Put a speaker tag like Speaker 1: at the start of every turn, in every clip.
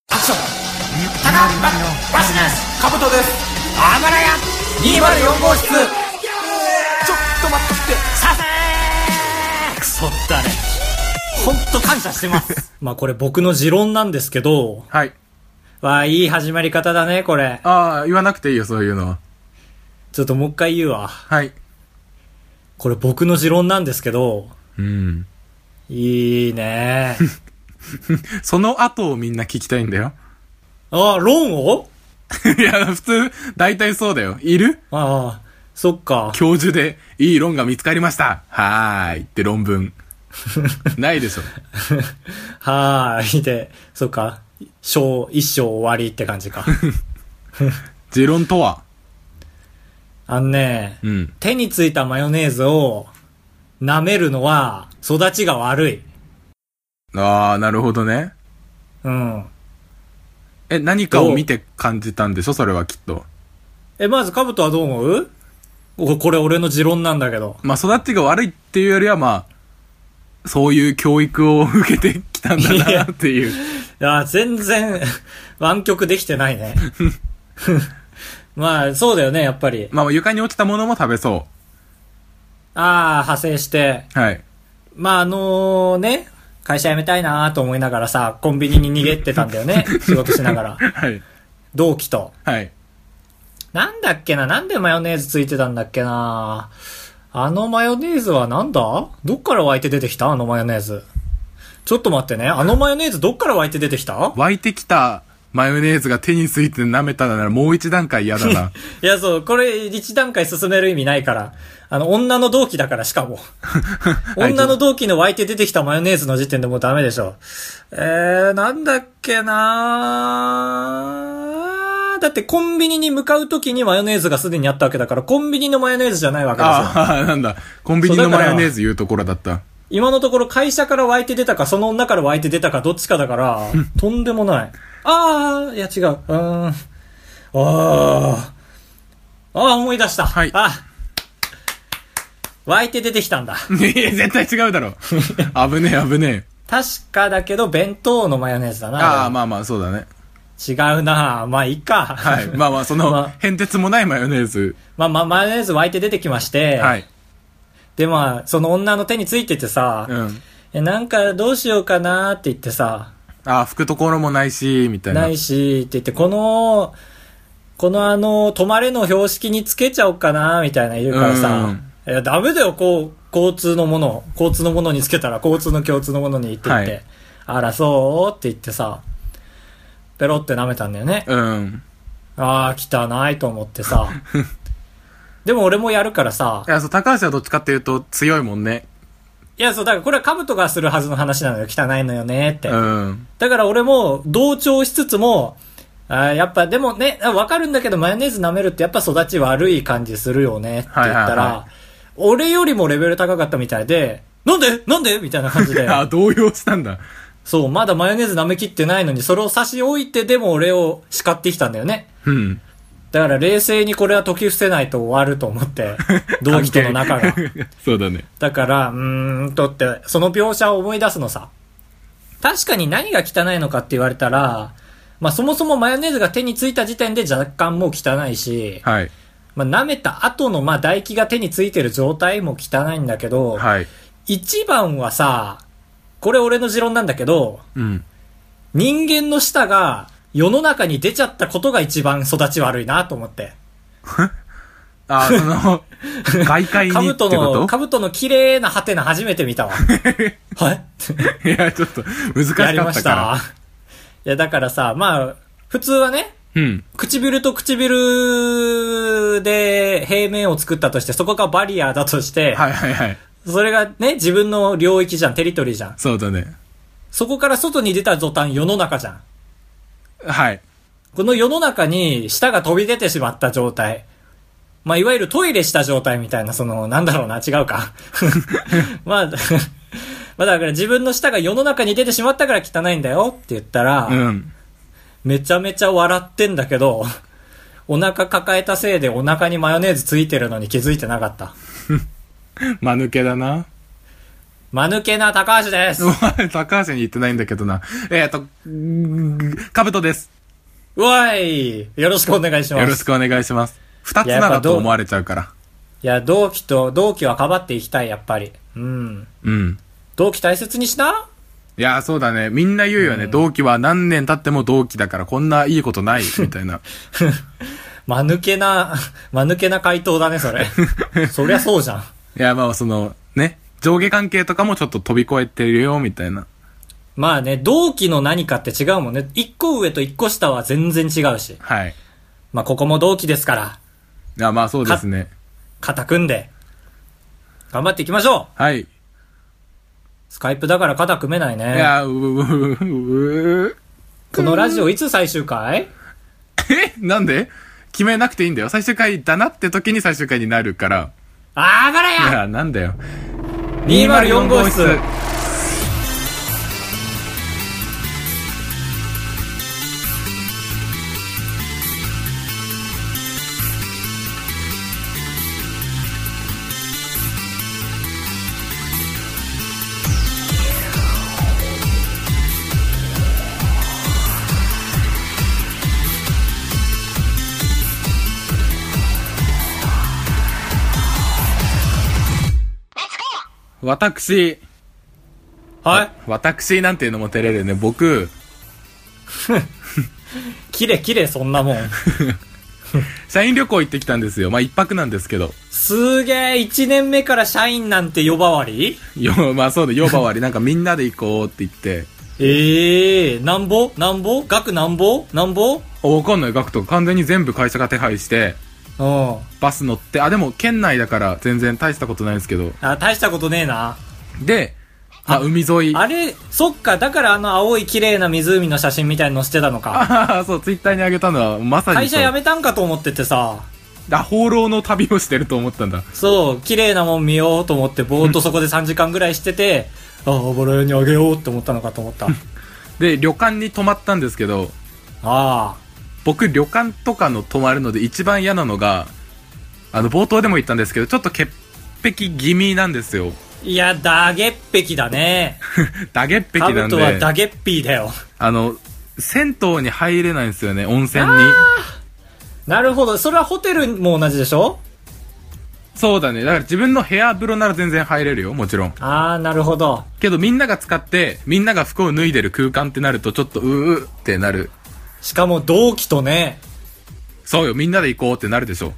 Speaker 1: ョン高橋バシですカブトですあばらや204号室ちょっと待ってさせークソだね本当感謝してます
Speaker 2: まあこれ僕の持論なんですけど、
Speaker 3: はい。
Speaker 2: わあ、いい始まり方だね、これ。
Speaker 3: ああ、言わなくていいよ、そういうのは。
Speaker 2: ちょっともう一回言うわ。
Speaker 3: はい。
Speaker 2: これ僕の持論なんですけど、
Speaker 3: うん。
Speaker 2: いいね。
Speaker 3: その後をみんな聞きたいんだよ。
Speaker 2: ああ、論を
Speaker 3: いや、普通、大体そうだよ。いる
Speaker 2: ああ、そっか。
Speaker 3: 教授で、いい論が見つかりました。はーいって論 文。ないでしょ。
Speaker 2: はーい。で、そっか。章、一章終わりって感じか。
Speaker 3: 持論とは
Speaker 2: あのね、
Speaker 3: うん。
Speaker 2: 手についたマヨネーズを舐めるのは育ちが悪い。
Speaker 3: ああ、なるほどね。
Speaker 2: うん。
Speaker 3: え、何かを見て感じたんでしょそれはきっと。
Speaker 2: え、まず、カブトはどう思うおこれ俺の持論なんだけど。
Speaker 3: まあ、育ちが悪いっていうよりは、まあ、そういう教育を受けてきたんだなっていう。
Speaker 2: いや、全然、 湾曲できてないね。 まあ、そうだよね、やっぱり。
Speaker 3: まあ、床に落ちたものも食べそ
Speaker 2: ああ、派生して。
Speaker 3: う。はい。
Speaker 2: まあ、あのね、会社辞めたいなと思いながらさ、コンビニに逃げてたんだよね。仕事しながら。
Speaker 3: はい。
Speaker 2: 同期と。
Speaker 3: はい。
Speaker 2: なんだっけななんでマヨネーズついてたんだっけなあのマヨネーズはなんだどっから湧いて出てきたあのマヨネーズ。ちょっと待ってね。あのマヨネーズどっから湧いて出てきた
Speaker 3: 湧いてきたマヨネーズが手について舐めたならもう一段階嫌だな。
Speaker 2: いや、そう、これ一段階進める意味ないから。あの、女の同期だから、しかも。 女の同期の湧いて出てきたマヨネーズの時点でもうダメでしょ。えー、なんだっけなだってコンビニに向かう時にマヨネーズがすでにあったわけだから、コンビニのマヨネーズじゃないわけですよ。
Speaker 3: ああ、なんだ。コンビニのマヨネーズ言うところだった。
Speaker 2: 今のところ会社から湧いて出たか、その女から湧いて出たか、どっちかだ から、とんでもない。あー、いや違う。うーん。あー。あー、思い出した。
Speaker 3: はい
Speaker 2: あ湧いて出てきたんだ。
Speaker 3: いや、絶対違う だろ。危ねえ、危ねえ。
Speaker 2: 確かだけど、弁当のマヨネーズだな。
Speaker 3: ああ、まあまあ、そうだね。
Speaker 2: 違うな。まあ、いいか。
Speaker 3: はい。まあまあ、そ
Speaker 2: ま
Speaker 3: の
Speaker 2: あ、
Speaker 3: 変哲もないマヨネーズ。
Speaker 2: まあ、まあ、マヨネーズ湧いて出てきまして、
Speaker 3: はい。
Speaker 2: で、まあ、その女の手についててさ、
Speaker 3: うん。
Speaker 2: えなんかどうしようかなって言ってさ、
Speaker 3: ああ、拭くところもないし、みたいな。
Speaker 2: ないし、って言って、この、このあの、止まれの標識につけちゃおうかな、みたいな言うからさ、いや、ダメだよ、こう、交通のもの、交通のものにつけたら、交通の共通のものにって言って、
Speaker 3: はい
Speaker 2: あら、そうって言ってさ、ペロって舐めたんだよね。
Speaker 3: うん。
Speaker 2: ああ、汚いと思ってさ。でも俺もやるからさ
Speaker 3: い、や、そう、高橋はどっちかっていうと強いもんね。
Speaker 2: いや、そう、だからこれはカブトがするはずの話なのよ、汚いのよねって。
Speaker 3: うん。
Speaker 2: だから俺も同調しつつも、あーやっぱでもね、あわかるんだけどマヨネーズ舐めるってやっぱ育ち悪い感じするよねって言ったら、
Speaker 3: はいはいは
Speaker 2: 俺よりもレベル高かったみたいで、なんでなんでみたいな感じで。
Speaker 3: ああ、動揺したんだ。
Speaker 2: そう、まだマヨネーズ舐めきってないのに、それを差し置いてでも俺を叱ってきたんだよね。
Speaker 3: うん。
Speaker 2: だから冷静にこれは解き伏せないと終わると思 って、同期との仲が。。
Speaker 3: そうだね。
Speaker 2: だから、うーんとって、その描写を思い出すのさ。確かに何が汚いのかって言われたら、まあそもそもマヨネーズが手についた時点で若干もう汚いし、
Speaker 3: はい。
Speaker 2: まあ舐めた後のまあ唾液が手についてる状態も汚いんだけど、
Speaker 3: はい。
Speaker 2: 一番はさ、これ俺の持論なんだけど、
Speaker 3: うん。
Speaker 2: 人間の舌が世の中に出ちゃったことが一番育ち悪いなと思って。
Speaker 3: あ あ、その、外界に
Speaker 2: カ
Speaker 3: って
Speaker 2: ブト
Speaker 3: こ
Speaker 2: の、
Speaker 3: と
Speaker 2: カブトの綺麗なハテナ初めて見 たわ。はい
Speaker 3: いや、ちょっと、難しか
Speaker 2: やり
Speaker 3: っ
Speaker 2: ました
Speaker 3: から。
Speaker 2: た。 いや、だからさ、まあ、普通はね、
Speaker 3: うん。
Speaker 2: 唇と唇で平面を作ったとして、そこがバリアだとして、
Speaker 3: はいはいはい。
Speaker 2: それがね、自分の領域じゃん、テリトリーじゃん。
Speaker 3: そうだね。
Speaker 2: そこから外に出た途端世の中じゃん。
Speaker 3: はい。
Speaker 2: この世の中に舌が飛び出てしまった状態。まあ、いわゆるトイレした状態みたいな、その、なんだろうな、違う か。まあ、 まあだから自分の舌が世の中に出てしまったから汚いんだよって言ったら、
Speaker 3: うん。
Speaker 2: めちゃめちゃ笑ってんだけど、 お腹抱えたせいでお腹にマヨネーズついてるのに気づいてなかった。
Speaker 3: 間抜けだな。
Speaker 2: 間抜けな高橋です。
Speaker 3: お前、高橋に言ってないんだけどな。えっ、と、かぶとです。
Speaker 2: うわいよろしくお願いします。
Speaker 3: よろしくお願いします。二つ
Speaker 2: いやや
Speaker 3: な
Speaker 2: っぱ
Speaker 3: ら
Speaker 2: どう
Speaker 3: と思われちゃうから。
Speaker 2: いや、同期と、同期はかばっていきたい、やっぱり。うん。
Speaker 3: うん。
Speaker 2: 同期大切にしない
Speaker 3: や、そうだね。みんな言うよね。同期は何年経っても同期だから、こんないいこと ない、みたいな。
Speaker 2: 間抜けな、 間抜けな回答だね、 それ。そりゃそうじゃん。
Speaker 3: いや、まあ、その、ね。上下関係とかもちょっと飛び越えてるよ、みたいな。
Speaker 2: まあね、同期の何かって違うもんね。一個上と一個下は全然違うし。
Speaker 3: はい。
Speaker 2: まあここも同期ですから、
Speaker 3: いや、まあ、そうですね。
Speaker 2: 肩組んで、頑張っていきましょう
Speaker 3: はい。い
Speaker 2: スカイプだから肩組めないね。
Speaker 3: や、ううううう
Speaker 2: このラジオいつ最終回
Speaker 3: えなんで決めなくていいんだよ。最終回だなって時に最終回になるから。
Speaker 2: あーがら
Speaker 3: い
Speaker 2: や
Speaker 3: や、なんだよ。
Speaker 2: !204 号室
Speaker 3: 私、
Speaker 2: はい。
Speaker 3: 私なんていうのも照れるね。僕、
Speaker 2: キレキレそんなもん。
Speaker 3: 社員旅行行ってきたんですよ。まあ、一泊なんですけど。
Speaker 2: すげえ、1年目から社員なんて呼ばわり
Speaker 3: よ、まあそうだ、よばわり、なんかみんなで行こうって言って。
Speaker 2: ええー、なんぼなんぼ額なんぼなんぼ
Speaker 3: わかんない額とか完全に全部会社が手配して、
Speaker 2: うん。
Speaker 3: バス乗って、あ、でも県内だから全然大したことないんですけど。
Speaker 2: あ、大したことねえな。
Speaker 3: で、あ、海沿い。
Speaker 2: あれ、そっか、だからあの青い綺麗な湖の写真みたいのしてたのか。
Speaker 3: あそう、ツイッターにあげたのはまさにそう。
Speaker 2: 会社辞めたんかと思っててさ、
Speaker 3: あ、放浪の旅をしてると思ったんだ。
Speaker 2: そう、綺麗なもん見ようと思って、ぼーっとそこで3時間ぐらいしてて、ああ、バラ屋にあげようって思ったのかと思った。あ
Speaker 3: で、旅館に泊まったんですけど、
Speaker 2: あ。
Speaker 3: 僕旅館とかの泊まるので一番嫌なのが、あの、冒頭でも言ったんですけど、ちょっと潔癖気味なんですよ。
Speaker 2: いや、ダゲッペキだね。
Speaker 3: ダゲ潔
Speaker 2: カ
Speaker 3: 癖
Speaker 2: ブ
Speaker 3: なんで。
Speaker 2: トはダゲッピーだよ。
Speaker 3: あの、銭湯に入れないんですよね、温泉に。
Speaker 2: なるほど。それはホテルも同じでしょ
Speaker 3: そうだね。だから自分の部屋風呂なら全然入れるよ、もちろん。
Speaker 2: ああ、なるほど。
Speaker 3: けどみんなが使って、みんなが服を脱いでる空間ってなると、ちょっとうーってなる。
Speaker 2: しかも同期とね、
Speaker 3: そうよ、みんなで行こうってなるでしょ。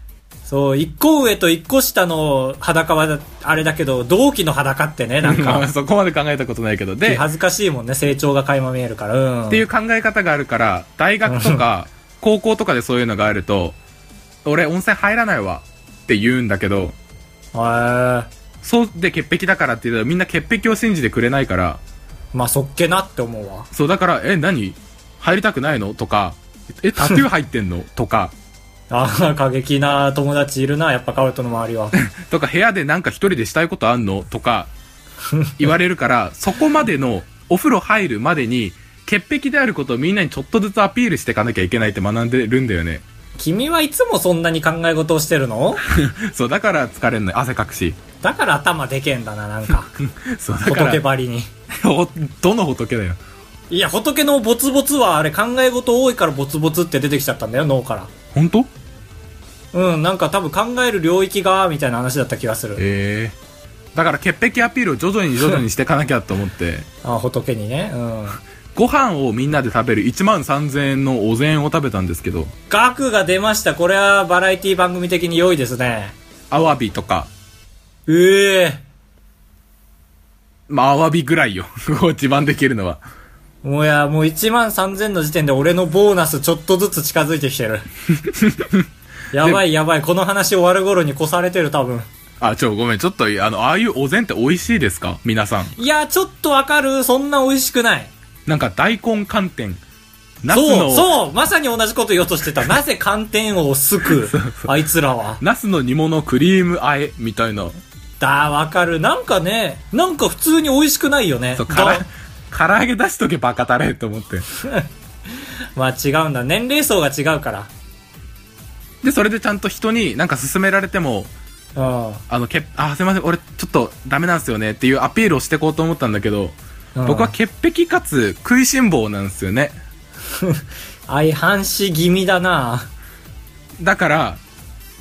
Speaker 2: そう、一個上と一個下の裸は、あれだけど、同期の裸ってね、なん
Speaker 3: まあ
Speaker 2: か、
Speaker 3: そこまで考えたことないけど。で、っ
Speaker 2: 恥ずかしいもんね、成長が垣間見えるから。うん。
Speaker 3: ていう考え方があるから、大学とか、高校とかでそういうのがあると、俺温泉入らないわって言うんだけど、
Speaker 2: へー
Speaker 3: そうで潔癖だからって言うとみんな潔癖を信じてくれないから、
Speaker 2: まあ、そっけなって思うわ。
Speaker 3: そうだから、え、何入りたくないのとか、え、タトゥー入ってんのとか、
Speaker 2: ああ、過激な友達いるな、やっぱカウトの周り は。
Speaker 3: とか部屋でなんか一人でしたいことあんのとか、言われるから、そこまでの、お風呂入るまでに、潔癖であることをみんなにちょっとずつアピールしていかなきゃいけないって学んでるんだよね。
Speaker 2: 君はいつもそんなに考え事をしてるの
Speaker 3: そう、だから疲れんのよ汗かくし。
Speaker 2: だから頭でけんだな、なんか。
Speaker 3: そう、 だか
Speaker 2: 仏
Speaker 3: ら、
Speaker 2: ばりに。
Speaker 3: お どの仏だよ。
Speaker 2: いや、仏のボツボツはあれ考え事多いからボツボツって出てきちゃったんだよ、脳から。
Speaker 3: 本当
Speaker 2: うん、なんか多分考える領域が、みたいな話だった気がする。
Speaker 3: ええだから潔癖アピールを徐々に徐々にしていかなきゃと思って、
Speaker 2: あ仏にね。うん。
Speaker 3: ご飯をみんなで食べる1万3000円のお膳を食べたんですけど、
Speaker 2: 額が出ました。これはバラエティ番組的に良いですね。
Speaker 3: アワビとか、
Speaker 2: ええ
Speaker 3: まあ、アワビぐらいよ。 こう自慢できるのは。
Speaker 2: もういや、もう1万3000の時点で俺のボーナスちょっとずつ近づいてき てる。やばいやばい、この話終わる頃に越されてる多分。
Speaker 3: あ、ちょ、ごめん、ちょっと、あの、ああいうお膳って美味しいですか皆さん。
Speaker 2: いや、ちょっとわかる。そんな美味しくない。
Speaker 3: なんか、大根寒天。ナス
Speaker 2: そ
Speaker 3: の、
Speaker 2: う、そう、まさに同じこと言おうとしてた。なぜ寒天をす く、あいつらは。
Speaker 3: ナスの煮物クリーム和え、みたいな。
Speaker 2: だ、わかる。なんかね、なんか普通に美味しくないよね。
Speaker 3: そう、から
Speaker 2: だ、
Speaker 3: 唐揚げ出しとけバカタレと思って。
Speaker 2: まあ違うんだ。年齢層が違うから。
Speaker 3: で、それでちゃんと人になんか勧められても、
Speaker 2: うん。
Speaker 3: あの、け、あ、すいません、俺、ちょっと、ダメなんですよねっていうアピールをしていこうと思ったんだけど、
Speaker 2: うん
Speaker 3: 僕は潔癖かつ食いしん坊なんですよね。
Speaker 2: 相反し気味だな
Speaker 3: だから、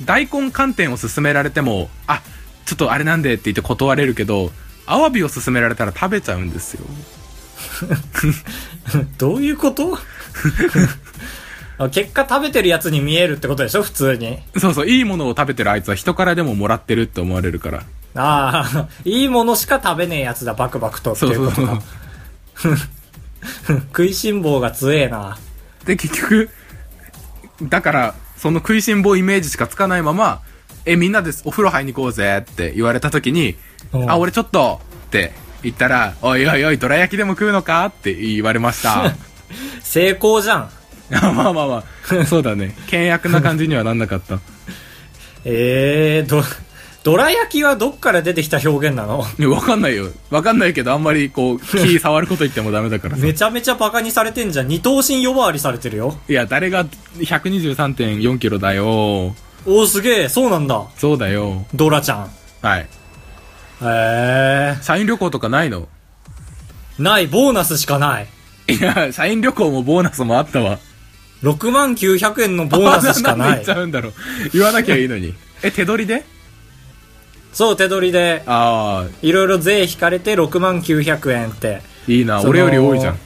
Speaker 3: 大根寒天を勧められても、あ、ちょっとあれなんでって言って断れるけど、アワビを勧められたら食べちゃうんですよ。
Speaker 2: どういうことあ 結果食べてるやつに見えるってことでしょ普通に。
Speaker 3: そうそう、いいものを食べてるあいつは人からでももらってるって思われるから。
Speaker 2: ああ、いいものしか食べねえやつだ、バクバクとって
Speaker 3: そう
Speaker 2: いう
Speaker 3: そ
Speaker 2: こ
Speaker 3: う
Speaker 2: とか。
Speaker 3: そう。
Speaker 2: 食いしん坊が強えな。
Speaker 3: で、結局、だから、その食いしん坊イメージしかつかないまま、え、みんなです、お風呂入りに行こうぜって言われた時に、
Speaker 2: うん
Speaker 3: あ、俺ちょっとって言ったら、おいおいおい、どら焼きでも食うのかって言われました。
Speaker 2: 成功じゃん。
Speaker 3: まあまあまあ、そうだね。倹約な感じにはなんなかった。
Speaker 2: ええー、ど、どら焼きはどっから出てきた表現なの
Speaker 3: いやわかんないよ。わかんないけど、あんまりこう、気触ること言ってもダメ だからさ。
Speaker 2: めちゃめちゃバカにされてんじゃん。二等身呼ばわりされてるよ。
Speaker 3: いや、誰が123.4キロだよ。
Speaker 2: おお、すげえ、そうなんだ。
Speaker 3: そうだよ。
Speaker 2: ドラちゃん。
Speaker 3: はい。
Speaker 2: へえ
Speaker 3: 社員旅行とかないの
Speaker 2: ない、ボーナスしかない。
Speaker 3: いや、社員旅行もボーナスもあったわ。
Speaker 2: 6万900円のボーナスし か
Speaker 3: んで
Speaker 2: な
Speaker 3: 言
Speaker 2: い
Speaker 3: っち。ゃうんだろう。言わなきゃいいのに。 え、手取りで
Speaker 2: そう、手取りで、
Speaker 3: あ
Speaker 2: いろいろ税引かれて6万900円って、
Speaker 3: あ、いいな。
Speaker 2: その
Speaker 3: 俺より多いじゃん。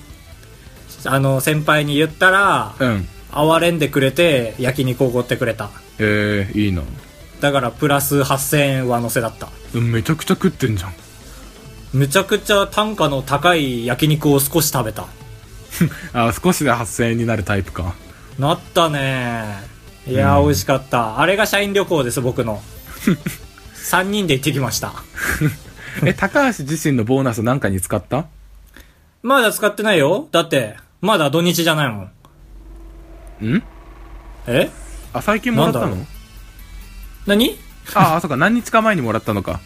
Speaker 2: あの、先輩に言ったら、
Speaker 3: うん。
Speaker 2: 哀れんでくれて、焼肉おごってくれた。
Speaker 3: えー、いいな。
Speaker 2: だから、プラス8000円上乗せだった。
Speaker 3: うんめちゃくちゃ食ってんじゃん。
Speaker 2: むちゃくちゃ単価の高い焼肉を少し食べた。
Speaker 3: あー少しで8000円になるタイプか。
Speaker 2: なったねいやー、美味しかった。あれが社員旅行です、僕の。3人で行ってきました。
Speaker 3: え、高橋自身のボーナスなんかに使った
Speaker 2: まだ使ってないよだって、まだ土日じゃないもん。
Speaker 3: ん
Speaker 2: え
Speaker 3: あ、最近もらった
Speaker 2: なんだろ
Speaker 3: の
Speaker 2: う何
Speaker 3: ああ、そうか、何日か前にもらったのか。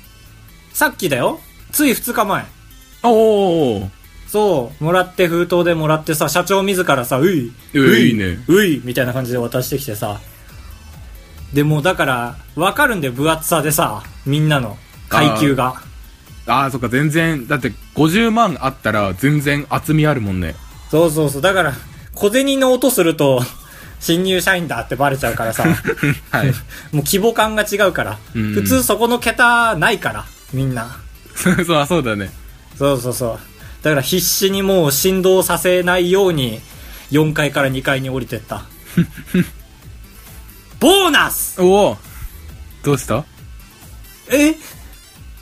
Speaker 2: さっきだよつい2日前。
Speaker 3: おーおー
Speaker 2: そう、もらって封筒でもらってさ、社長自らさ、うい、
Speaker 3: う
Speaker 2: う
Speaker 3: い
Speaker 2: い、
Speaker 3: いいね
Speaker 2: うい、みたいな感じで渡してきてさ。で、もうだから、わかるんで分厚さでさ、みんなの階級が。
Speaker 3: ああ、そっか、全然、だって50万あったら全然厚みあるも んね。
Speaker 2: そうそうそう、だから、小銭の音すると、新入社員だってバレちゃうからさ、
Speaker 3: はい。
Speaker 2: もう規模感が違うから、
Speaker 3: うん
Speaker 2: 普通そこの桁ないから、みんな。
Speaker 3: そう、あそうだね。
Speaker 2: そうそうそう。だから必死にもう振動させないように、4階から2階に降りて った。ボーナス
Speaker 3: おおどうした
Speaker 2: え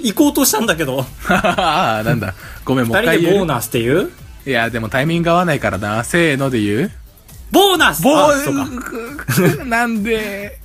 Speaker 2: 行こうとしたんだけど。
Speaker 3: ああ、なんだ。ごめん、もう
Speaker 2: 二
Speaker 3: 一
Speaker 2: 人
Speaker 3: 回
Speaker 2: でボ
Speaker 3: 言
Speaker 2: ー
Speaker 3: う。
Speaker 2: ナスって言う
Speaker 3: いや、でもタイミング合わないからな。せーので言う
Speaker 2: ボーナス
Speaker 3: ボ
Speaker 2: あそうか
Speaker 3: ーなんで。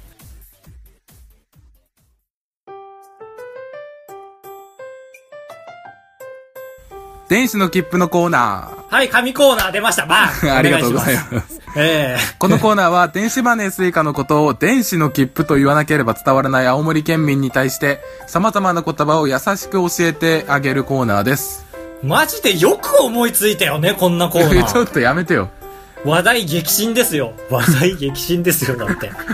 Speaker 3: 電子の切符のコーナ
Speaker 2: はい、神コーナー出ました。バ
Speaker 3: ー。
Speaker 2: ン
Speaker 3: ありがとうござい
Speaker 2: お願し
Speaker 3: ます。
Speaker 2: す。え
Speaker 3: このコーナーは電子マネースイカのことを電子の切符と言わなければ伝わらない青森県民に対して様々な言葉を優しく教えてあげるコーナーです。
Speaker 2: えマジでよく思いついたよね、こんなコーナ
Speaker 3: ちょ
Speaker 2: ー
Speaker 3: っ。とやめてよ。
Speaker 2: 話題激震ですよ。話題激震ですよ、だって。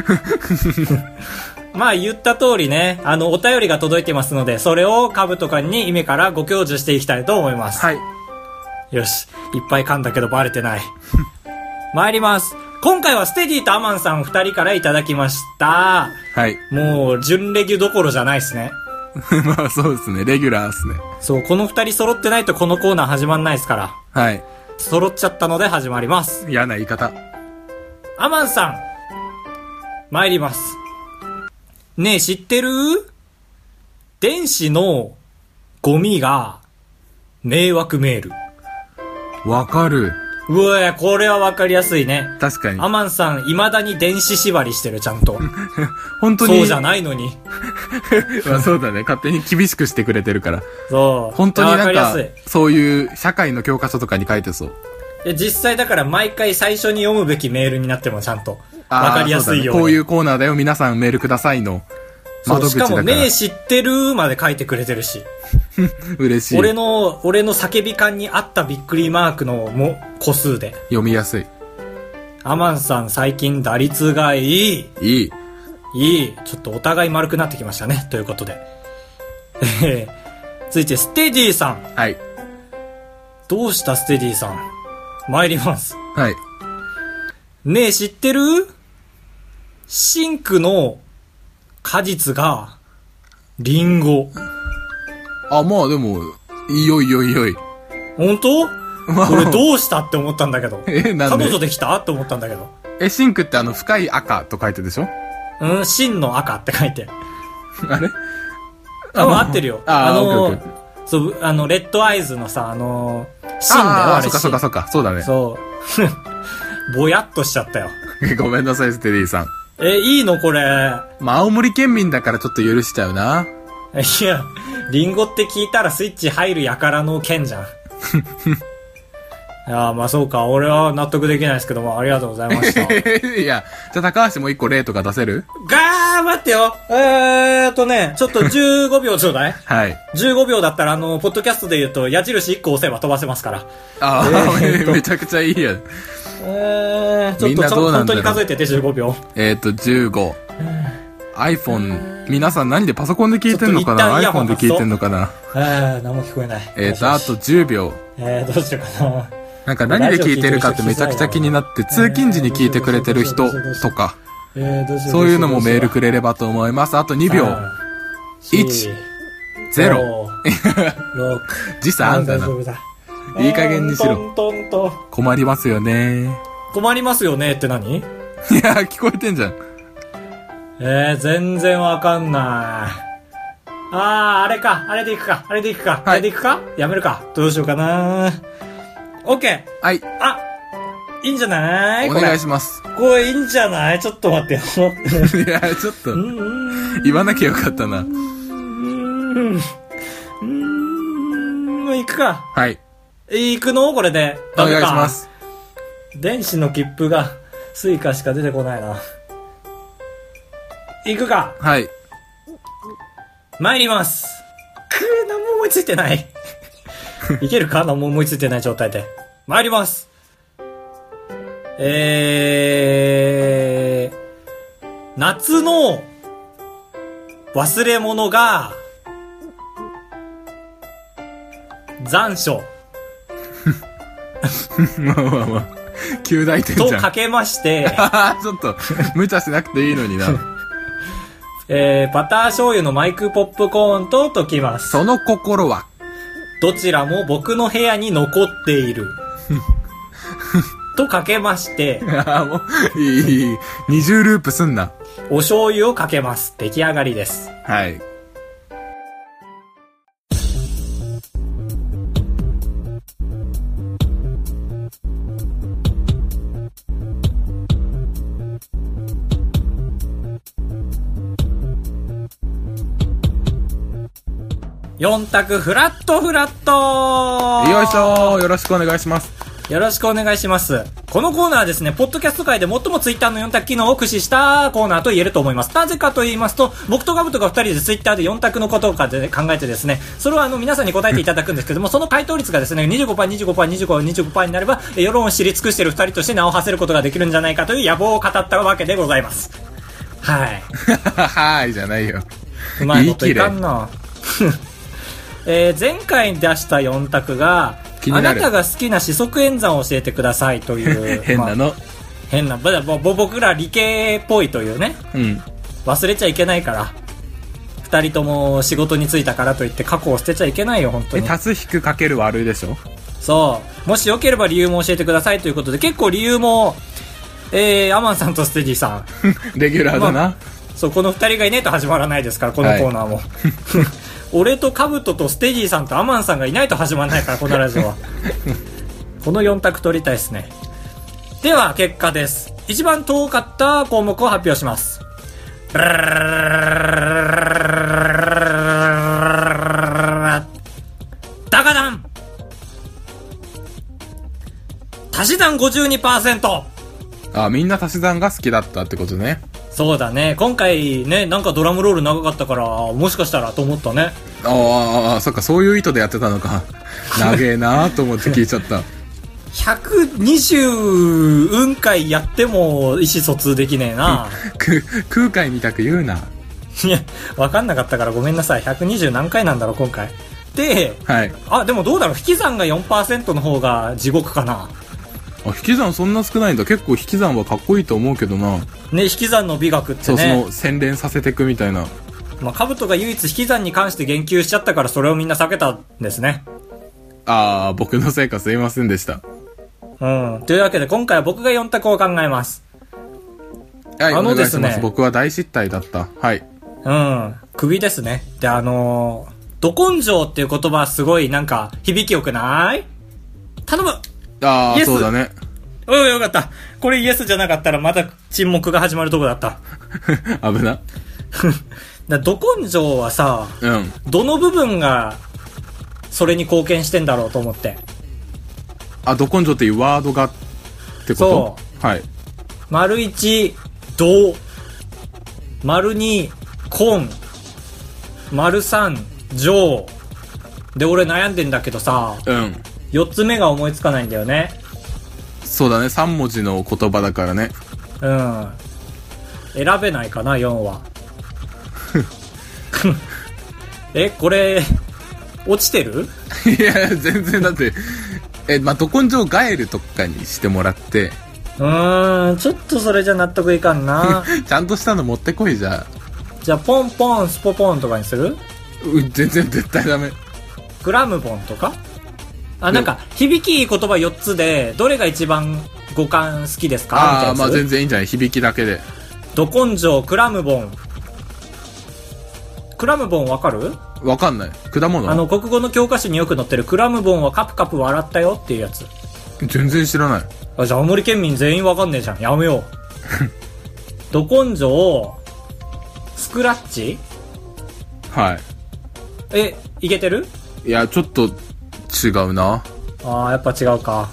Speaker 2: まあ言った通りね、あの、お便りが届いてますので、それをカブトカンに今からご教授していきたいと思います。
Speaker 3: はい。
Speaker 2: よし、いっぱい噛んだけどバレてない。 参ります。今回はステディとアマンさん二人からいただきました。
Speaker 3: はい。
Speaker 2: もう、準レギュどころじゃないですね。
Speaker 3: まあそうですね。レギュラーですね。
Speaker 2: そう、この二人揃ってないとこのコーナー始まんないですから。
Speaker 3: はい。
Speaker 2: 揃っちゃったので始まります。
Speaker 3: 嫌な言い方。
Speaker 2: アマンさん参ります。ねえ、知ってる電子のゴミが迷惑メール。
Speaker 3: わかる。
Speaker 2: うわこれはわかりやすいね。
Speaker 3: 確かに
Speaker 2: ア。マンさん、未だに電子縛りしてる、ちゃんと。
Speaker 3: 本当に。
Speaker 2: そうじゃ
Speaker 3: な
Speaker 2: ないのに。
Speaker 3: まあ そうだね。勝手に厳しくしてくれてるから。
Speaker 2: そう。
Speaker 3: 本当に
Speaker 2: わ
Speaker 3: な
Speaker 2: か
Speaker 3: ん
Speaker 2: りや
Speaker 3: か
Speaker 2: すい。、
Speaker 3: そういう社会の教科書とかに書いてそう。
Speaker 2: で実際だから毎回最初に読むべきメールになってもちゃんと
Speaker 3: あー
Speaker 2: わかりやすいように。
Speaker 3: そだねこういうコーナーだよ。皆さんメールくださいの。
Speaker 2: そう
Speaker 3: 窓口
Speaker 2: し
Speaker 3: だ
Speaker 2: か
Speaker 3: か
Speaker 2: も、
Speaker 3: ら。
Speaker 2: ねえ知ってるまで書いてくれてるし。
Speaker 3: 嬉しい。
Speaker 2: 俺の、俺の叫び感に合ったびっくりマークのも、個数で。
Speaker 3: 読みやすい。
Speaker 2: アマンさん最近打率がいい。
Speaker 3: いい。
Speaker 2: いい。ちょっとお互い丸くなってきましたね。ということで。 えー続いて、ステディさん。
Speaker 3: はい。
Speaker 2: どうしたステディさん参ります。
Speaker 3: はい。
Speaker 2: ねえ、知ってるシンクの果実が、リンゴ。
Speaker 3: あ、まあでも、いいよいいよいいよ い。
Speaker 2: 本当 俺どうしたって思ったんだけど。
Speaker 3: え、なん
Speaker 2: 彼
Speaker 3: で
Speaker 2: 女できたって思ったんだけど。
Speaker 3: え、シンクってあの、深い赤と書いてるでしょ
Speaker 2: うん、真の赤って書いて。
Speaker 3: あれ
Speaker 2: あ、もう合ってるよ。
Speaker 3: あーオッケーオ
Speaker 2: の
Speaker 3: ッケ
Speaker 2: そう、あの、レッドアイズのさ、あのー、真だよ、
Speaker 3: あ
Speaker 2: あ
Speaker 3: あ、
Speaker 2: れ。
Speaker 3: そっかそっ
Speaker 2: 真
Speaker 3: かそっか。そうだね。
Speaker 2: そう。 ぼやっとしちゃったよ。
Speaker 3: ごめんなさい、ステディさん。
Speaker 2: え、いいのこれ。
Speaker 3: まあ、青森県民だからちょっと許しちゃうな。
Speaker 2: いや、リンゴって聞いたらスイッチ入るやからの剣じゃん。い やーまあそうか。俺は納得できないですけども、ありがとうございま した。
Speaker 3: いや、じゃあ高橋も一個例とか出せる
Speaker 2: がー、待ってよ。えーっとね、ちょっと15秒ちょうだい。
Speaker 3: はい。
Speaker 2: 15秒だったら、あの、ポッドキャストで言うと、矢印1個押せば飛ばせますから。
Speaker 3: ああ、
Speaker 2: えーっと
Speaker 3: めちゃくちゃいいやん。
Speaker 2: えー、ちょっ
Speaker 3: みん
Speaker 2: と
Speaker 3: な
Speaker 2: ち
Speaker 3: ど
Speaker 2: ょ
Speaker 3: うな
Speaker 2: 本
Speaker 3: んだ
Speaker 2: 当
Speaker 3: ろ
Speaker 2: に
Speaker 3: う
Speaker 2: 数えてて15秒。
Speaker 3: えーっと、15。iPhone。皆さん何でパソコンで聞いてんのか
Speaker 2: ちょっと
Speaker 3: な
Speaker 2: 一旦イヤホ
Speaker 3: ?iPhone
Speaker 2: ン
Speaker 3: で聞いてんのかな
Speaker 2: あー、何も聞こえない。
Speaker 3: えーっと、あと10秒。
Speaker 2: えー、どうしようかな。
Speaker 3: なんか何で聞いてるかってめちゃくちゃ気になって、通勤時に聞いてくれてる人とか、
Speaker 2: えー、どうしよう
Speaker 3: そういうのもメール
Speaker 2: る
Speaker 3: くれればと思います。あと2秒。1、0。
Speaker 2: 6。
Speaker 3: 時差あんだ
Speaker 2: 大
Speaker 3: な
Speaker 2: 丈。夫だ。
Speaker 3: いい加減にし
Speaker 2: トン
Speaker 3: ろ
Speaker 2: トントンと
Speaker 3: 困りますよね。
Speaker 2: 困りますよねって何
Speaker 3: いや、聞こえてんじゃん。
Speaker 2: えー、全然わかんない。あー、あれか。あれでいくか。あれでいくか。あれでいくかやめるか。どうしようかな。オッケー
Speaker 3: はい、
Speaker 2: あいいんじゃない
Speaker 3: お願い
Speaker 2: こ
Speaker 3: します。
Speaker 2: れ。これいいんじゃないちょっと待ってよ。
Speaker 3: いや、ちょっと
Speaker 2: う、んうん
Speaker 3: 言わなきゃよかったな。
Speaker 2: うんうんうん。いくか。
Speaker 3: はい、
Speaker 2: 行くのこれで。
Speaker 3: お
Speaker 2: ダメか
Speaker 3: 願いします。
Speaker 2: 電子の切符がスイカしか出てこないな。行くか
Speaker 3: はい。
Speaker 2: 参りますくー、何も思いついて ない。いけるか何も思いついてない状態で。参りますえー、夏の忘れ物が残暑
Speaker 3: まあまあまあ、旧大点じ
Speaker 2: と
Speaker 3: ゃん。
Speaker 2: かけまして、
Speaker 3: あーちょっと、無茶しなくていいのにな。
Speaker 2: えー、バター醤油のマイクポップコーンと溶きます。
Speaker 3: その心は、
Speaker 2: どちらも僕の部屋に残ってい る。とかけまして、
Speaker 3: あーもう、いい、いい、二重ループすんな。
Speaker 2: お醤油をかけます。出来上がりです。
Speaker 3: はい。
Speaker 2: 4択フラットフラット
Speaker 3: よいしょーよろしくお願いします。
Speaker 2: よろしくお願いします。このコーナーはですね、ポッドキャスト界で最もツイッターの4択機能を駆使したコーナーと言えると思います。なぜかと言いますと、僕とガブとか2人でツイッターで4択のことをかで考えてですね、それをあの皆さんに答えていただくんですけ ども、その回答率がですね、25%、25%、25%、25%になれば、え世論を知り尽くしている2人として名を馳せることができるんじゃないかという野望を語ったわけでございます。はい。
Speaker 3: はーい、じゃないよ。
Speaker 2: うまいこといかんな。 えー前回出した4択が
Speaker 3: 気
Speaker 2: あ
Speaker 3: にな
Speaker 2: な
Speaker 3: る
Speaker 2: たが好きな四則演算を教えてくださいという
Speaker 3: 変な
Speaker 2: まあ
Speaker 3: の。
Speaker 2: 変なぼぼぼ僕ら理系っぽいというね
Speaker 3: うん。
Speaker 2: 忘れちゃいけないから2人とも仕事に就いたからといって過去を捨てちゃいけないよ本当
Speaker 3: え、
Speaker 2: に
Speaker 3: 足す引くかける割るでしょ
Speaker 2: そうもしよければ理由も教えてくださいということで結構理由もえー、アマンさんとステディさん
Speaker 3: レギュラーだ
Speaker 2: ま
Speaker 3: な。
Speaker 2: そう、この二人がいないと始まらないですから、このコーナーも。 俺とカブトとステディさんとアマンさんがいないと始まらないから、このラジオは。この4択取りたいですね。では、結果です。一番遠かった項目を発表します。ダカダン足し算52%
Speaker 3: あ、みんな足し算が好きだったってことね。
Speaker 2: そうだね。今回ね、なんかドラムロール長かったから、もしかしたらと思ったね。
Speaker 3: あーあー、あーそっか、そういう意図でやってたのか。長えなーと思って聞いちゃった。
Speaker 2: 120運回やっても意思疎通できねえな。
Speaker 3: く空海みたく言うな。
Speaker 2: いや、わかんなかったからごめんなさい。120何回なんだろう、今回。で、
Speaker 3: はい。
Speaker 2: あ、でもどうだろう。引き算が4%の方が地獄かな。
Speaker 3: あ、引き算そんな少ないんだ。結構引き算はかっこいいと思うけどな。
Speaker 2: ね、引き算の美学って
Speaker 3: そう、そ
Speaker 2: ね。
Speaker 3: の、洗練させてくみたいな。
Speaker 2: まあ、カブトが唯一引き算に関して言及しちゃったから、それをみんな避けたんですね。
Speaker 3: あー、僕のせいかすいませんでした。
Speaker 2: うん。というわけで、今回は僕が4択を考えます。
Speaker 3: はい、
Speaker 2: あの
Speaker 3: お願い
Speaker 2: です
Speaker 3: し
Speaker 2: ね
Speaker 3: ます。僕は大失態だった。はい。
Speaker 2: うん。首ですね。で、あのー、ど根性っていう言葉すごいなんか響きよくない頼む
Speaker 3: あ
Speaker 2: イエ
Speaker 3: ー、
Speaker 2: ス
Speaker 3: そうだね。
Speaker 2: うん、よかった。これイエスじゃなかったらまだ沈黙が始まるとこだった。
Speaker 3: 危な。
Speaker 2: だど根性はさ、
Speaker 3: うん。
Speaker 2: どの部分がそれに貢献してんだろうと思って。
Speaker 3: あ、ど根性っていうワードが、ってこと
Speaker 2: そ
Speaker 3: はい。
Speaker 2: 丸1、銅。丸2、根。丸3、上。で、俺悩んでんだけどさ、
Speaker 3: うん。
Speaker 2: 4つ目が思いつかないんだよね。
Speaker 3: そうだね。3文字の言葉だからね。
Speaker 2: うん。選べないかな、4は。 え、これ、落ちてる
Speaker 3: いや、全然だって、え、まあ、ど根性ガエルとかにしてもらって、
Speaker 2: うーん、ちょっとそれじゃ納得いかん な。
Speaker 3: ちゃんとしたの持ってこいじゃあ。
Speaker 2: じゃあ、ポンポン、スポポンとかにする
Speaker 3: う全然絶対ダメ。
Speaker 2: グラムボンとかあ、なんか、響きいい言葉4つで、どれが一番五感好きです
Speaker 3: あ
Speaker 2: か
Speaker 3: あ、
Speaker 2: み
Speaker 3: ま
Speaker 2: た
Speaker 3: あ
Speaker 2: いなや
Speaker 3: 全
Speaker 2: つ。
Speaker 3: 然いいんじゃない響きだけで。
Speaker 2: ど根性、クラムボン。クラムボンわかる
Speaker 3: わかんない。果物
Speaker 2: あの、国語の教科書によく載ってるクラムボンはカプカプ笑ったよっていうやつ。
Speaker 3: 全然知らない。
Speaker 2: あ、じゃあ青森県民全員わかんねえじゃん。やめ よう。ど根性、スクラッチ
Speaker 3: は
Speaker 2: え、いけてる
Speaker 3: い。いや、ちょっと違うな。
Speaker 2: ああ、やっぱ違うか。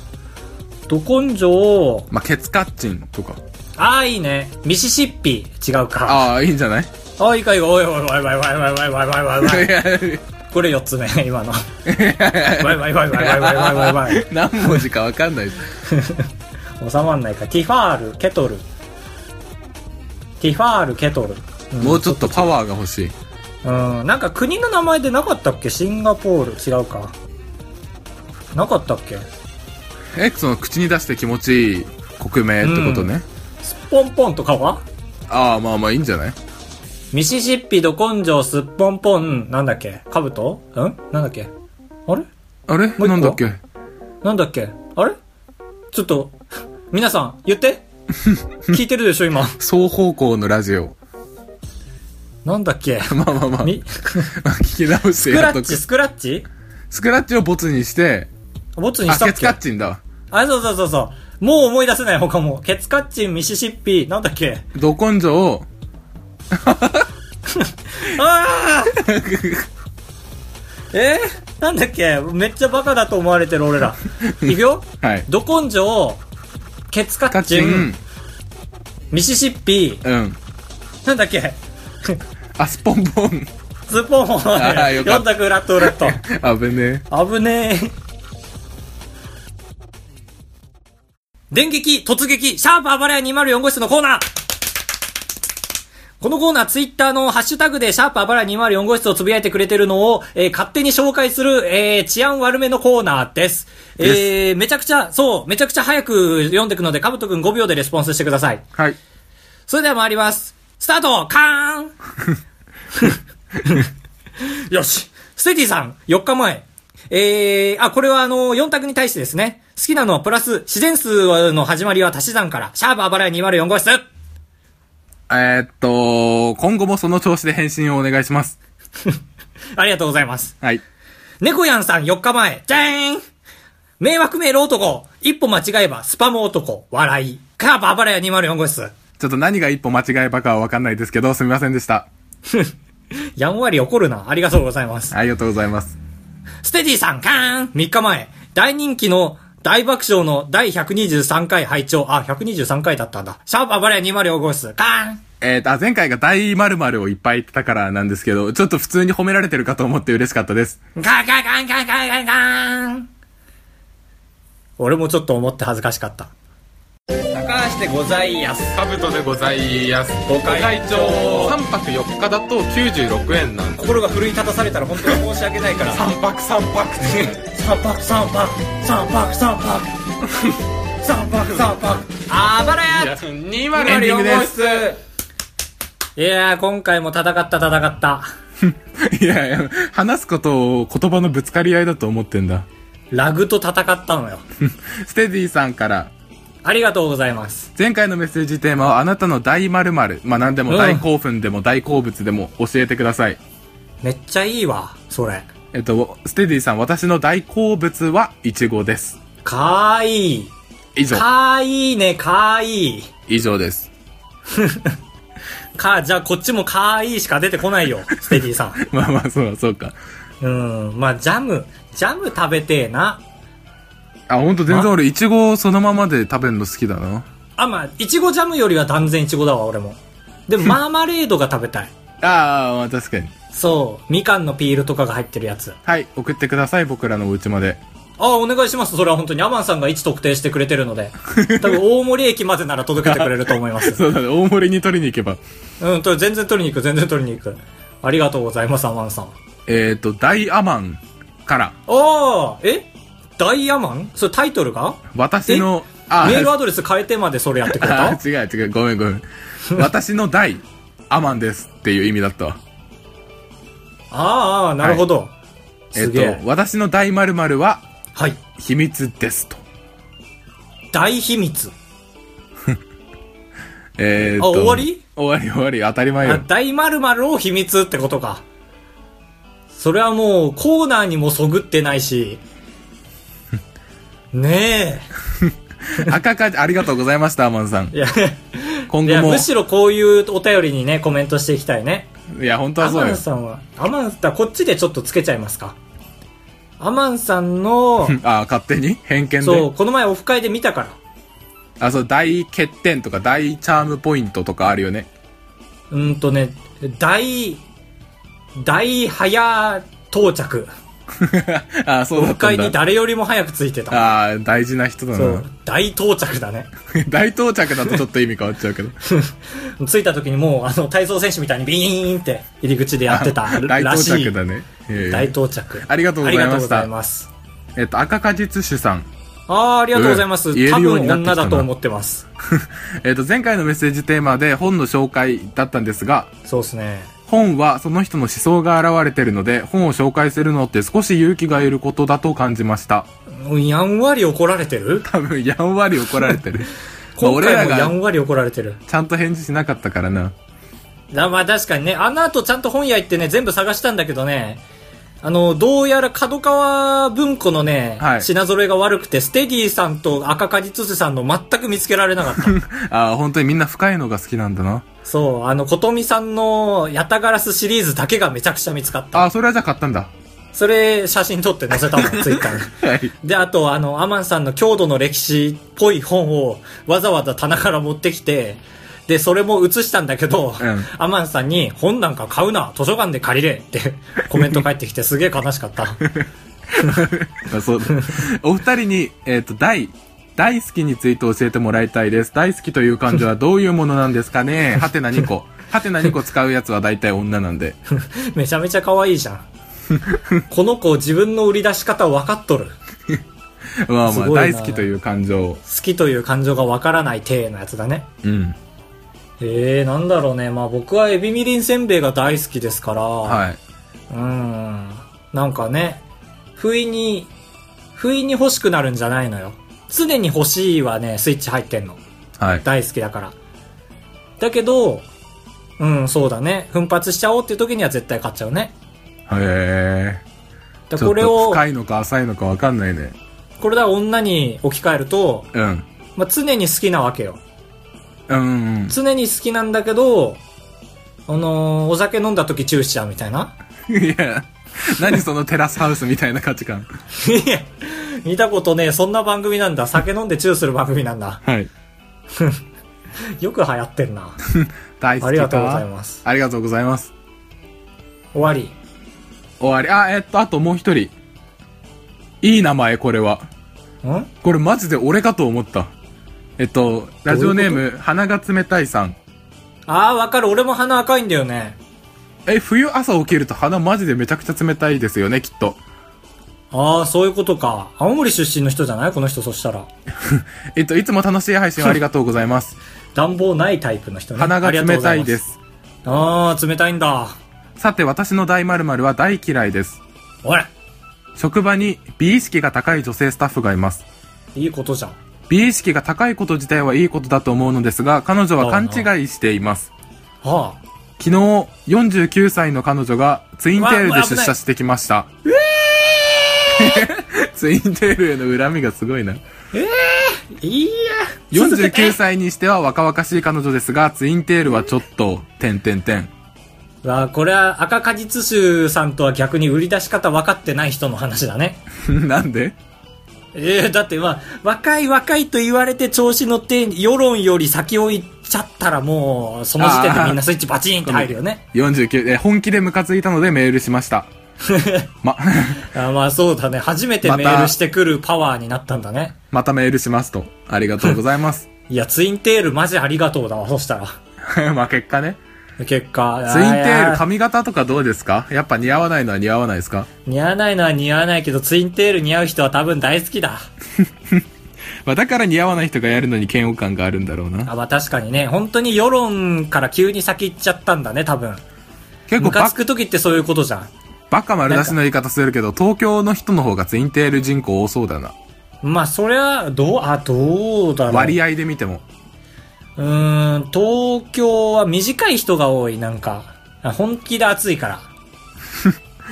Speaker 2: ど根性、
Speaker 3: まあ、ケツカッチンとか。
Speaker 2: ああ、いいね。ミシシッピ、違うか。
Speaker 3: ああ、いいんじゃないい
Speaker 2: ああ、いいかいいか。おいおいおいおいおいおいおいおいおいおいおい。
Speaker 3: や、
Speaker 2: これ4つ目、今 の。おいおいおいおいおいおいおいおいおい。
Speaker 3: 何文字かわかんない。
Speaker 2: 収まんないか。ティファール、ケトル。ティファール、ケトル。うん
Speaker 3: もうちょっとパワーが欲しい。
Speaker 2: うん、なんか国の名前でなかったっけシンガポール違うか。なかったっけ
Speaker 3: え、その口に出して気持ちいい国名ってことね。
Speaker 2: スッポンポンとかは
Speaker 3: ああ、まあまあいいんじゃない
Speaker 2: ミシシッピど根性すっぽんぽん、なんだっけカブトんなんだっけあれ
Speaker 3: あれ
Speaker 2: 個は
Speaker 3: なんだっけ
Speaker 2: なんだっけあれちょっと、皆さん、言って 聞いてるでしょ今。
Speaker 3: 双方向のラジオ。
Speaker 2: なんだっ け
Speaker 3: まあまあまあ。
Speaker 2: み、
Speaker 3: まあ聞き直して
Speaker 2: スク
Speaker 3: や
Speaker 2: ラ
Speaker 3: っと
Speaker 2: ッ
Speaker 3: く
Speaker 2: チ、スクラッチ
Speaker 3: スクラッチをボツにして、
Speaker 2: ボツに
Speaker 3: あ、
Speaker 2: した
Speaker 3: ケ
Speaker 2: っ
Speaker 3: ツ
Speaker 2: け
Speaker 3: カッチンだわ。
Speaker 2: あ、そうそうそうそう。もう思い出せない他も。ケツカッチン、ミシシッピ、なんだっけ
Speaker 3: ど根性を、
Speaker 2: ああ えー、なんだっけめっちゃバカだと思われてる 俺ら。いくよ
Speaker 3: はい。
Speaker 2: ど根性、ケツカ
Speaker 3: カ
Speaker 2: ッ
Speaker 3: ッ
Speaker 2: チ
Speaker 3: チン
Speaker 2: ン、、ミシシッピ、
Speaker 3: うん。
Speaker 2: なんだっけ
Speaker 3: あ、スポンポン。
Speaker 2: スポンを
Speaker 3: あーよか
Speaker 2: 読
Speaker 3: った
Speaker 2: んだくラットラット。
Speaker 3: 危ね
Speaker 2: 危ねえ。電撃、突撃、シャープ暴れ屋204号室のコーナーこのコーナー、ツイッターのハッシュタグで、シャープ暴れ屋204号室をつぶやいてくれてるのを、えー勝手に紹介する、えー治安悪めのコーナーです。
Speaker 3: です
Speaker 2: えーめちゃくちゃ、そう、めちゃくちゃ早く読んでいくので、かぶとくん5秒でレスポンスしてください。
Speaker 3: はい。
Speaker 2: それでは参ります。スタートカーン よし。ステディさん、4日前。えー、あ、これはあの、4択に対してですね。好きなのはプラス、自然数の始まりは足し算から、シャープあばらや204号室
Speaker 3: えーっと、今後もその調子で返信をお願いします。
Speaker 2: ありがとうございます。
Speaker 3: はい。
Speaker 2: 猫やんさん、4日前。じゃーん迷惑メール男。一歩間違えば、スパム男。笑い。カープあばらや204号室。
Speaker 3: ちょっと何が一歩間違えばかはわかんないですけど、すみませんでした。
Speaker 2: やんわり怒るな。ありがとうございます。
Speaker 3: ありがとうございます。
Speaker 2: ステディさん、カーン !3 日前、大人気の大爆笑の第123回拝聴。あ、123回だったんだ。シャープ暴れ205号室、カーン
Speaker 3: えーっと、あ、前回が大〇〇をいっぱい言ってたからなんですけど、ちょっと普通に褒められてるかと思って嬉しかったです。
Speaker 2: カーンカーンカーンカーンカーンカーン俺もちょっと思って恥ずかしかった。高橋でございやす。
Speaker 3: カブトでございます
Speaker 2: ご
Speaker 3: ご
Speaker 2: 会
Speaker 3: 会
Speaker 2: 長
Speaker 3: 長3泊4日だと96円なんで
Speaker 2: 心が奮い立たされたら本当に申し訳ないから。
Speaker 3: 3泊3泊
Speaker 2: 三泊三泊三泊三泊三泊三泊あばらや
Speaker 3: 204エンディングです
Speaker 2: いやー今回も戦った戦った
Speaker 3: いやいや話すことを言葉のぶつかり合いだと思ってんだ
Speaker 2: ラグと戦ったのよ
Speaker 3: ステディさんから
Speaker 2: ありがとうございます
Speaker 3: 前回のメッセージテーマはあなたの大〇〇まあ何で
Speaker 2: う
Speaker 3: も
Speaker 2: ん
Speaker 3: 大興奮でも大好物でも教えてください、
Speaker 2: めっちゃいいわそれ
Speaker 3: えっとステディさん私の大好物はイチゴです
Speaker 2: かーいい
Speaker 3: 以上
Speaker 2: かーいいねかーいい
Speaker 3: 以上です
Speaker 2: かじゃあこっちもかーいいしか出てこないよステディさ
Speaker 3: まあまあそうだそうか
Speaker 2: んうんまあジャムジャム食べてえな
Speaker 3: あ本当全然俺イチゴそのままで食べるの好きだな
Speaker 2: あまあいちごジャムよりは断然いちごだわ俺もでもマーマレードが食べたい
Speaker 3: あーまあ確かに
Speaker 2: そう。みかんのピールとかが入ってるやつ。あ、
Speaker 3: はい送ってください僕らのお家まで
Speaker 2: お願いします。それは本当にアマンさんが位置特定してくれてるので。多分大森駅までなら届けてくれると思います。
Speaker 3: そうだね大盛りに取りに行けば
Speaker 2: うん、と全然取りに行く、全然取りに行く。ありがとうございます、アマンさん。
Speaker 3: えっ、と大アマンから
Speaker 2: ああ、えダイヤマンそれタイトルが
Speaker 3: 私のあ
Speaker 2: メールアドレス変えてまでそれやってくれ
Speaker 3: あ
Speaker 2: た
Speaker 3: 違う違うごめんごめん私の大アマンですっていう意味だったわ
Speaker 2: あーあー、なるほど。
Speaker 3: えっ、
Speaker 2: すげえ。
Speaker 3: と私の大〇〇は
Speaker 2: はい。
Speaker 3: 秘密ですと
Speaker 2: 大秘密。
Speaker 3: えっ、と
Speaker 2: あ終わり
Speaker 3: 終わり終わり当たり前
Speaker 2: あ
Speaker 3: よ
Speaker 2: 大〇〇を秘密ってことか。それはもうコーナーにもそぐってない し。ね
Speaker 3: 赤かありがとうございましたアマンさん
Speaker 2: え。いや、
Speaker 3: 今
Speaker 2: い
Speaker 3: 後
Speaker 2: や
Speaker 3: も
Speaker 2: むしろこういうお便りにね、コメントしていきたいね。
Speaker 3: いや本当
Speaker 2: ア
Speaker 3: はそ
Speaker 2: マ
Speaker 3: うよ
Speaker 2: ンさんは、アマンさん、こっちでちょっとつけちゃいますか。アマンさんの、
Speaker 3: あ勝手に偏見
Speaker 2: そう、
Speaker 3: で
Speaker 2: この前オフ会で見たから。
Speaker 3: あそう大欠点とか大チャームポイントとかあるよね
Speaker 2: うーんとね、大、大早到着。
Speaker 3: あそうだ
Speaker 2: オ
Speaker 3: っ
Speaker 2: フ
Speaker 3: たん
Speaker 2: 会
Speaker 3: だ
Speaker 2: に誰よりも早くついてた。
Speaker 3: あー大事な人だ
Speaker 2: そ
Speaker 3: な
Speaker 2: う、大到着だね。
Speaker 3: 大到着だとちょっと意味変わっちゃ うけど
Speaker 2: 着いた時にもうあの体操選手みたいにビーンって入り口でやってた
Speaker 3: 大
Speaker 2: ら
Speaker 3: 到
Speaker 2: しい
Speaker 3: 着だね、ええ
Speaker 2: 大到着
Speaker 3: ありがとうございま
Speaker 2: あ
Speaker 3: した
Speaker 2: りがとうございます
Speaker 3: えっと赤果実酒さん
Speaker 2: あーありがとうございます、
Speaker 3: うん言え
Speaker 2: 多
Speaker 3: るよう
Speaker 2: 分
Speaker 3: になってきた
Speaker 2: 女
Speaker 3: な
Speaker 2: だと思ってます
Speaker 3: えっと前回のメッセージテーマで本の紹介だったんですが
Speaker 2: そうですね
Speaker 3: 本はその人の思想が現れてるので本を紹介するのって少し勇気がいることだと感じました
Speaker 2: うんやんわり怒られてる
Speaker 3: 多分やんわり怒られてるま
Speaker 2: 今
Speaker 3: あ俺
Speaker 2: 回
Speaker 3: ら
Speaker 2: もや
Speaker 3: が
Speaker 2: んわり怒られてる
Speaker 3: ちゃんと返事しなかったからな
Speaker 2: だまあ確かにねあの後ちゃんと本屋行ってね全部探したんだけどねあのどうやら角川文庫のね、
Speaker 3: はい
Speaker 2: 品揃えが悪くてステディさんと赤かじつつさんの全く見つけられな かった
Speaker 3: ああ本当にみんな深いのが好きなんだな
Speaker 2: そう、あの、ことみさんの、ヤタガラスシリーズだけがめちゃくちゃ見つかった。
Speaker 3: ああそれはじゃあ買ったんだ
Speaker 2: それ、写真撮って載せたもん、ツイッターに。
Speaker 3: はい
Speaker 2: で、あと、あの、アマンさんの郷土の歴史っぽい本を、わざわざ棚から持ってきて、で、それも写したんだけど、
Speaker 3: うん
Speaker 2: アマンさんに、本なんか買うな、図書館で借りれってコメント返ってきて、すげえ悲しかっ た。
Speaker 3: あそうだお二人に、えっと大大好きについて教えてもらいたいです大好きという感情はどういうものなんです かねはてな2個はてな2個使うやつは大体女なんで
Speaker 2: めちゃめちゃ可愛いじゃん。この子、自分の売り出し方分かっとる。
Speaker 3: まあ
Speaker 2: す
Speaker 3: まあ
Speaker 2: ごいな
Speaker 3: 大好きという感情
Speaker 2: 好きという感情が分からない体のやつだね。
Speaker 3: うん
Speaker 2: ええー、なんだろうね。まあ僕はエビみりんせんべいが大好きですから、
Speaker 3: はい
Speaker 2: うん。なんかね、不意に、不意に欲しくなるんじゃないのよ。常に欲しいはね、スイッチ入ってんの。
Speaker 3: はい
Speaker 2: 大好きだから。だけど、うん、そうだね。奮発しちゃおうっていう時には絶対買っちゃうね。
Speaker 3: へえ
Speaker 2: だ
Speaker 3: ちょ
Speaker 2: こ
Speaker 3: っ
Speaker 2: れ
Speaker 3: と
Speaker 2: を、
Speaker 3: 深いのか浅いのか分かんないね
Speaker 2: これだ女に置き換えると、
Speaker 3: うん
Speaker 2: まあ、常に好きなわけよ。
Speaker 3: うんうん
Speaker 2: 常に好きなんだけど、あのーお酒飲んだ時チューしちゃうみたいな。
Speaker 3: いや何そのテラスハウスみたいな価値観
Speaker 2: いや、見たことねえ、そんな番組なんだ。酒飲んでチューする番組なんだ。
Speaker 3: はい
Speaker 2: よく流行ってんな。
Speaker 3: 大好きか
Speaker 2: ありがとうございます
Speaker 3: ありがとうございます
Speaker 2: 終わり。
Speaker 3: 終わりあえっとあともう一人いい名前これは
Speaker 2: うん
Speaker 3: これマジで俺かと思った。えっと、ラジオネーム、鼻が冷たいさん。
Speaker 2: ああ、わかる。俺も鼻赤いんだよね。
Speaker 3: え、冬朝起きると鼻マジでめちゃくちゃ冷たいですよね、きっと。
Speaker 2: ああ、そういうことか。青森出身の人じゃないこの人、そしたら。
Speaker 3: えっと、いつも楽しい配信をありがとうございます。
Speaker 2: 暖房ないタイプの人ね。
Speaker 3: 鼻が
Speaker 2: あり とう
Speaker 3: 冷
Speaker 2: ござ
Speaker 3: たいで。
Speaker 2: ますああ、冷たいんだ。
Speaker 3: さて、私の大〇〇は大嫌いです。
Speaker 2: おい、
Speaker 3: 職場に美意識が高い女性スタッフがいます。
Speaker 2: いいことじゃん。
Speaker 3: 美意識が高いこと自体はいいことだと思うのですが、彼女は勘違いしています。
Speaker 2: はあ。
Speaker 3: 昨日、49歳の彼女がツインテールで出社してきました。ツインテールへの恨みがすごいな。
Speaker 2: いいや。
Speaker 3: 49歳にしては若々しい彼女ですが、ツインテールはちょっと、てんてんてん。
Speaker 2: わあ、これは赤果実酒さんとは逆に売り出し方分かってない人の話だね。
Speaker 3: なんで
Speaker 2: ええだってまあ、若い若いと言われて調子乗って、世論より先を行っちゃったらもう、その時点でみんなスイッチバチーンって入るよね。
Speaker 3: 49、え、本気でムカついたのでメールしま した。ま、
Speaker 2: あまあそうだね。初めて
Speaker 3: また
Speaker 2: メールしてくるパワーになったんだね。
Speaker 3: またメールしますと。ありがとうございます。
Speaker 2: いや、ツインテールマジありがとうだわ、そしたら。
Speaker 3: まあ結果ね。
Speaker 2: 結果。
Speaker 3: ツインテール
Speaker 2: か
Speaker 3: 髪型とかどうですかやっぱ似合わないのは似合わないですか
Speaker 2: 似合わないのは似合わないけど、ツインテール似合う人は多分大好きだ。
Speaker 3: まあだから似合わない人がやるのに嫌悪感があるんだろうな。
Speaker 2: あ、まあ確かにね、本当に世論から急に先行っちゃったんだね、多分。
Speaker 3: 結構
Speaker 2: ムカ
Speaker 3: バ
Speaker 2: つく時ってそういうことじゃん。
Speaker 3: バカ丸出しの言い方するけど、東京の人の方がツインテール人口多そうだな。
Speaker 2: まあそれは、どう、あ、どうだろう。
Speaker 3: 割合で見ても。
Speaker 2: うーん、東京は短い人が多い、なんか。あ本気で暑い から。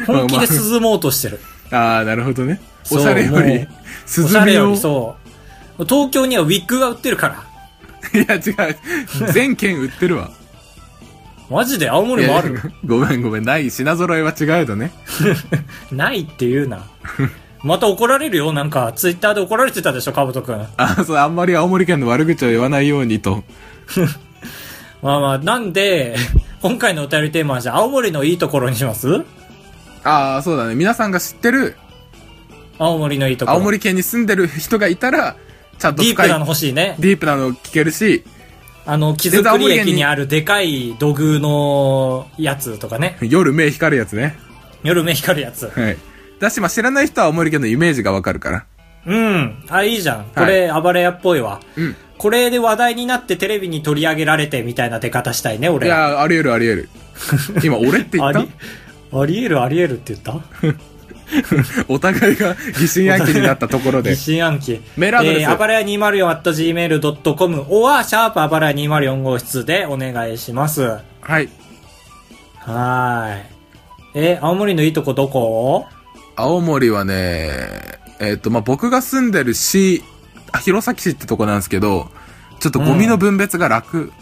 Speaker 2: 本気で涼もうとしてる。
Speaker 3: ああ、なるほどね。
Speaker 2: そう
Speaker 3: おしゃれより
Speaker 2: も、
Speaker 3: 涼
Speaker 2: おしゃれ
Speaker 3: み
Speaker 2: よ
Speaker 3: を。
Speaker 2: り
Speaker 3: い
Speaker 2: そう。東京にはウィッグが売ってるから。
Speaker 3: や、違う。全県売ってる わ。
Speaker 2: マジで青森もある。
Speaker 3: いや ごめんごめん。ない。品揃えは違うだね。
Speaker 2: ないって言う な。また怒られるよ、なんか。ツイッターで怒られてたでしょ、かぶとくん。ま
Speaker 3: ああ、そう、あんまり青森県の悪口を言わないようにと。
Speaker 2: あまあ、なんで、今回のお便りテーマはじゃあ、青森のいいところにします
Speaker 3: ああ、そうだね。皆さんが知ってる、
Speaker 2: 青森のいいところ。
Speaker 3: 青森県に住んでる人がいたら、ちゃんと
Speaker 2: ディー
Speaker 3: 深
Speaker 2: プ
Speaker 3: い
Speaker 2: なの欲しいね。
Speaker 3: ディープなの聞けるし、
Speaker 2: あの、木造り駅にあるでかい土偶のやつとかね。
Speaker 3: 夜目光るやつね。
Speaker 2: 夜目光るやつ。
Speaker 3: はい。だし、まあ、知らない人は青森県のイメージがわかるから。
Speaker 2: うん。あ、いいじゃん。これ、暴れ屋っぽいわ。
Speaker 3: うん。
Speaker 2: これで話題になってテレビに取り上げられてみたいな出方したいね、
Speaker 3: い
Speaker 2: 俺。
Speaker 3: やー、あり得るあり得る。今、俺って言
Speaker 2: あ
Speaker 3: っ
Speaker 2: り、ありえるありえるって言った
Speaker 3: たお互いが疑心暗鬼になったとこ ろで
Speaker 2: 疑。心暗鬼。
Speaker 3: メールアドレス
Speaker 2: えー、あばらや 204-gmail.com おは、シャープあばらや204号室でお願いします。は
Speaker 3: はい。
Speaker 2: ーい。えー、青森のいいとこどこ
Speaker 3: 青森はね、えっ、と、まあ、僕が住んでる市、あ弘前市ってとこなんですけど、ちょっとゴミの分別が楽。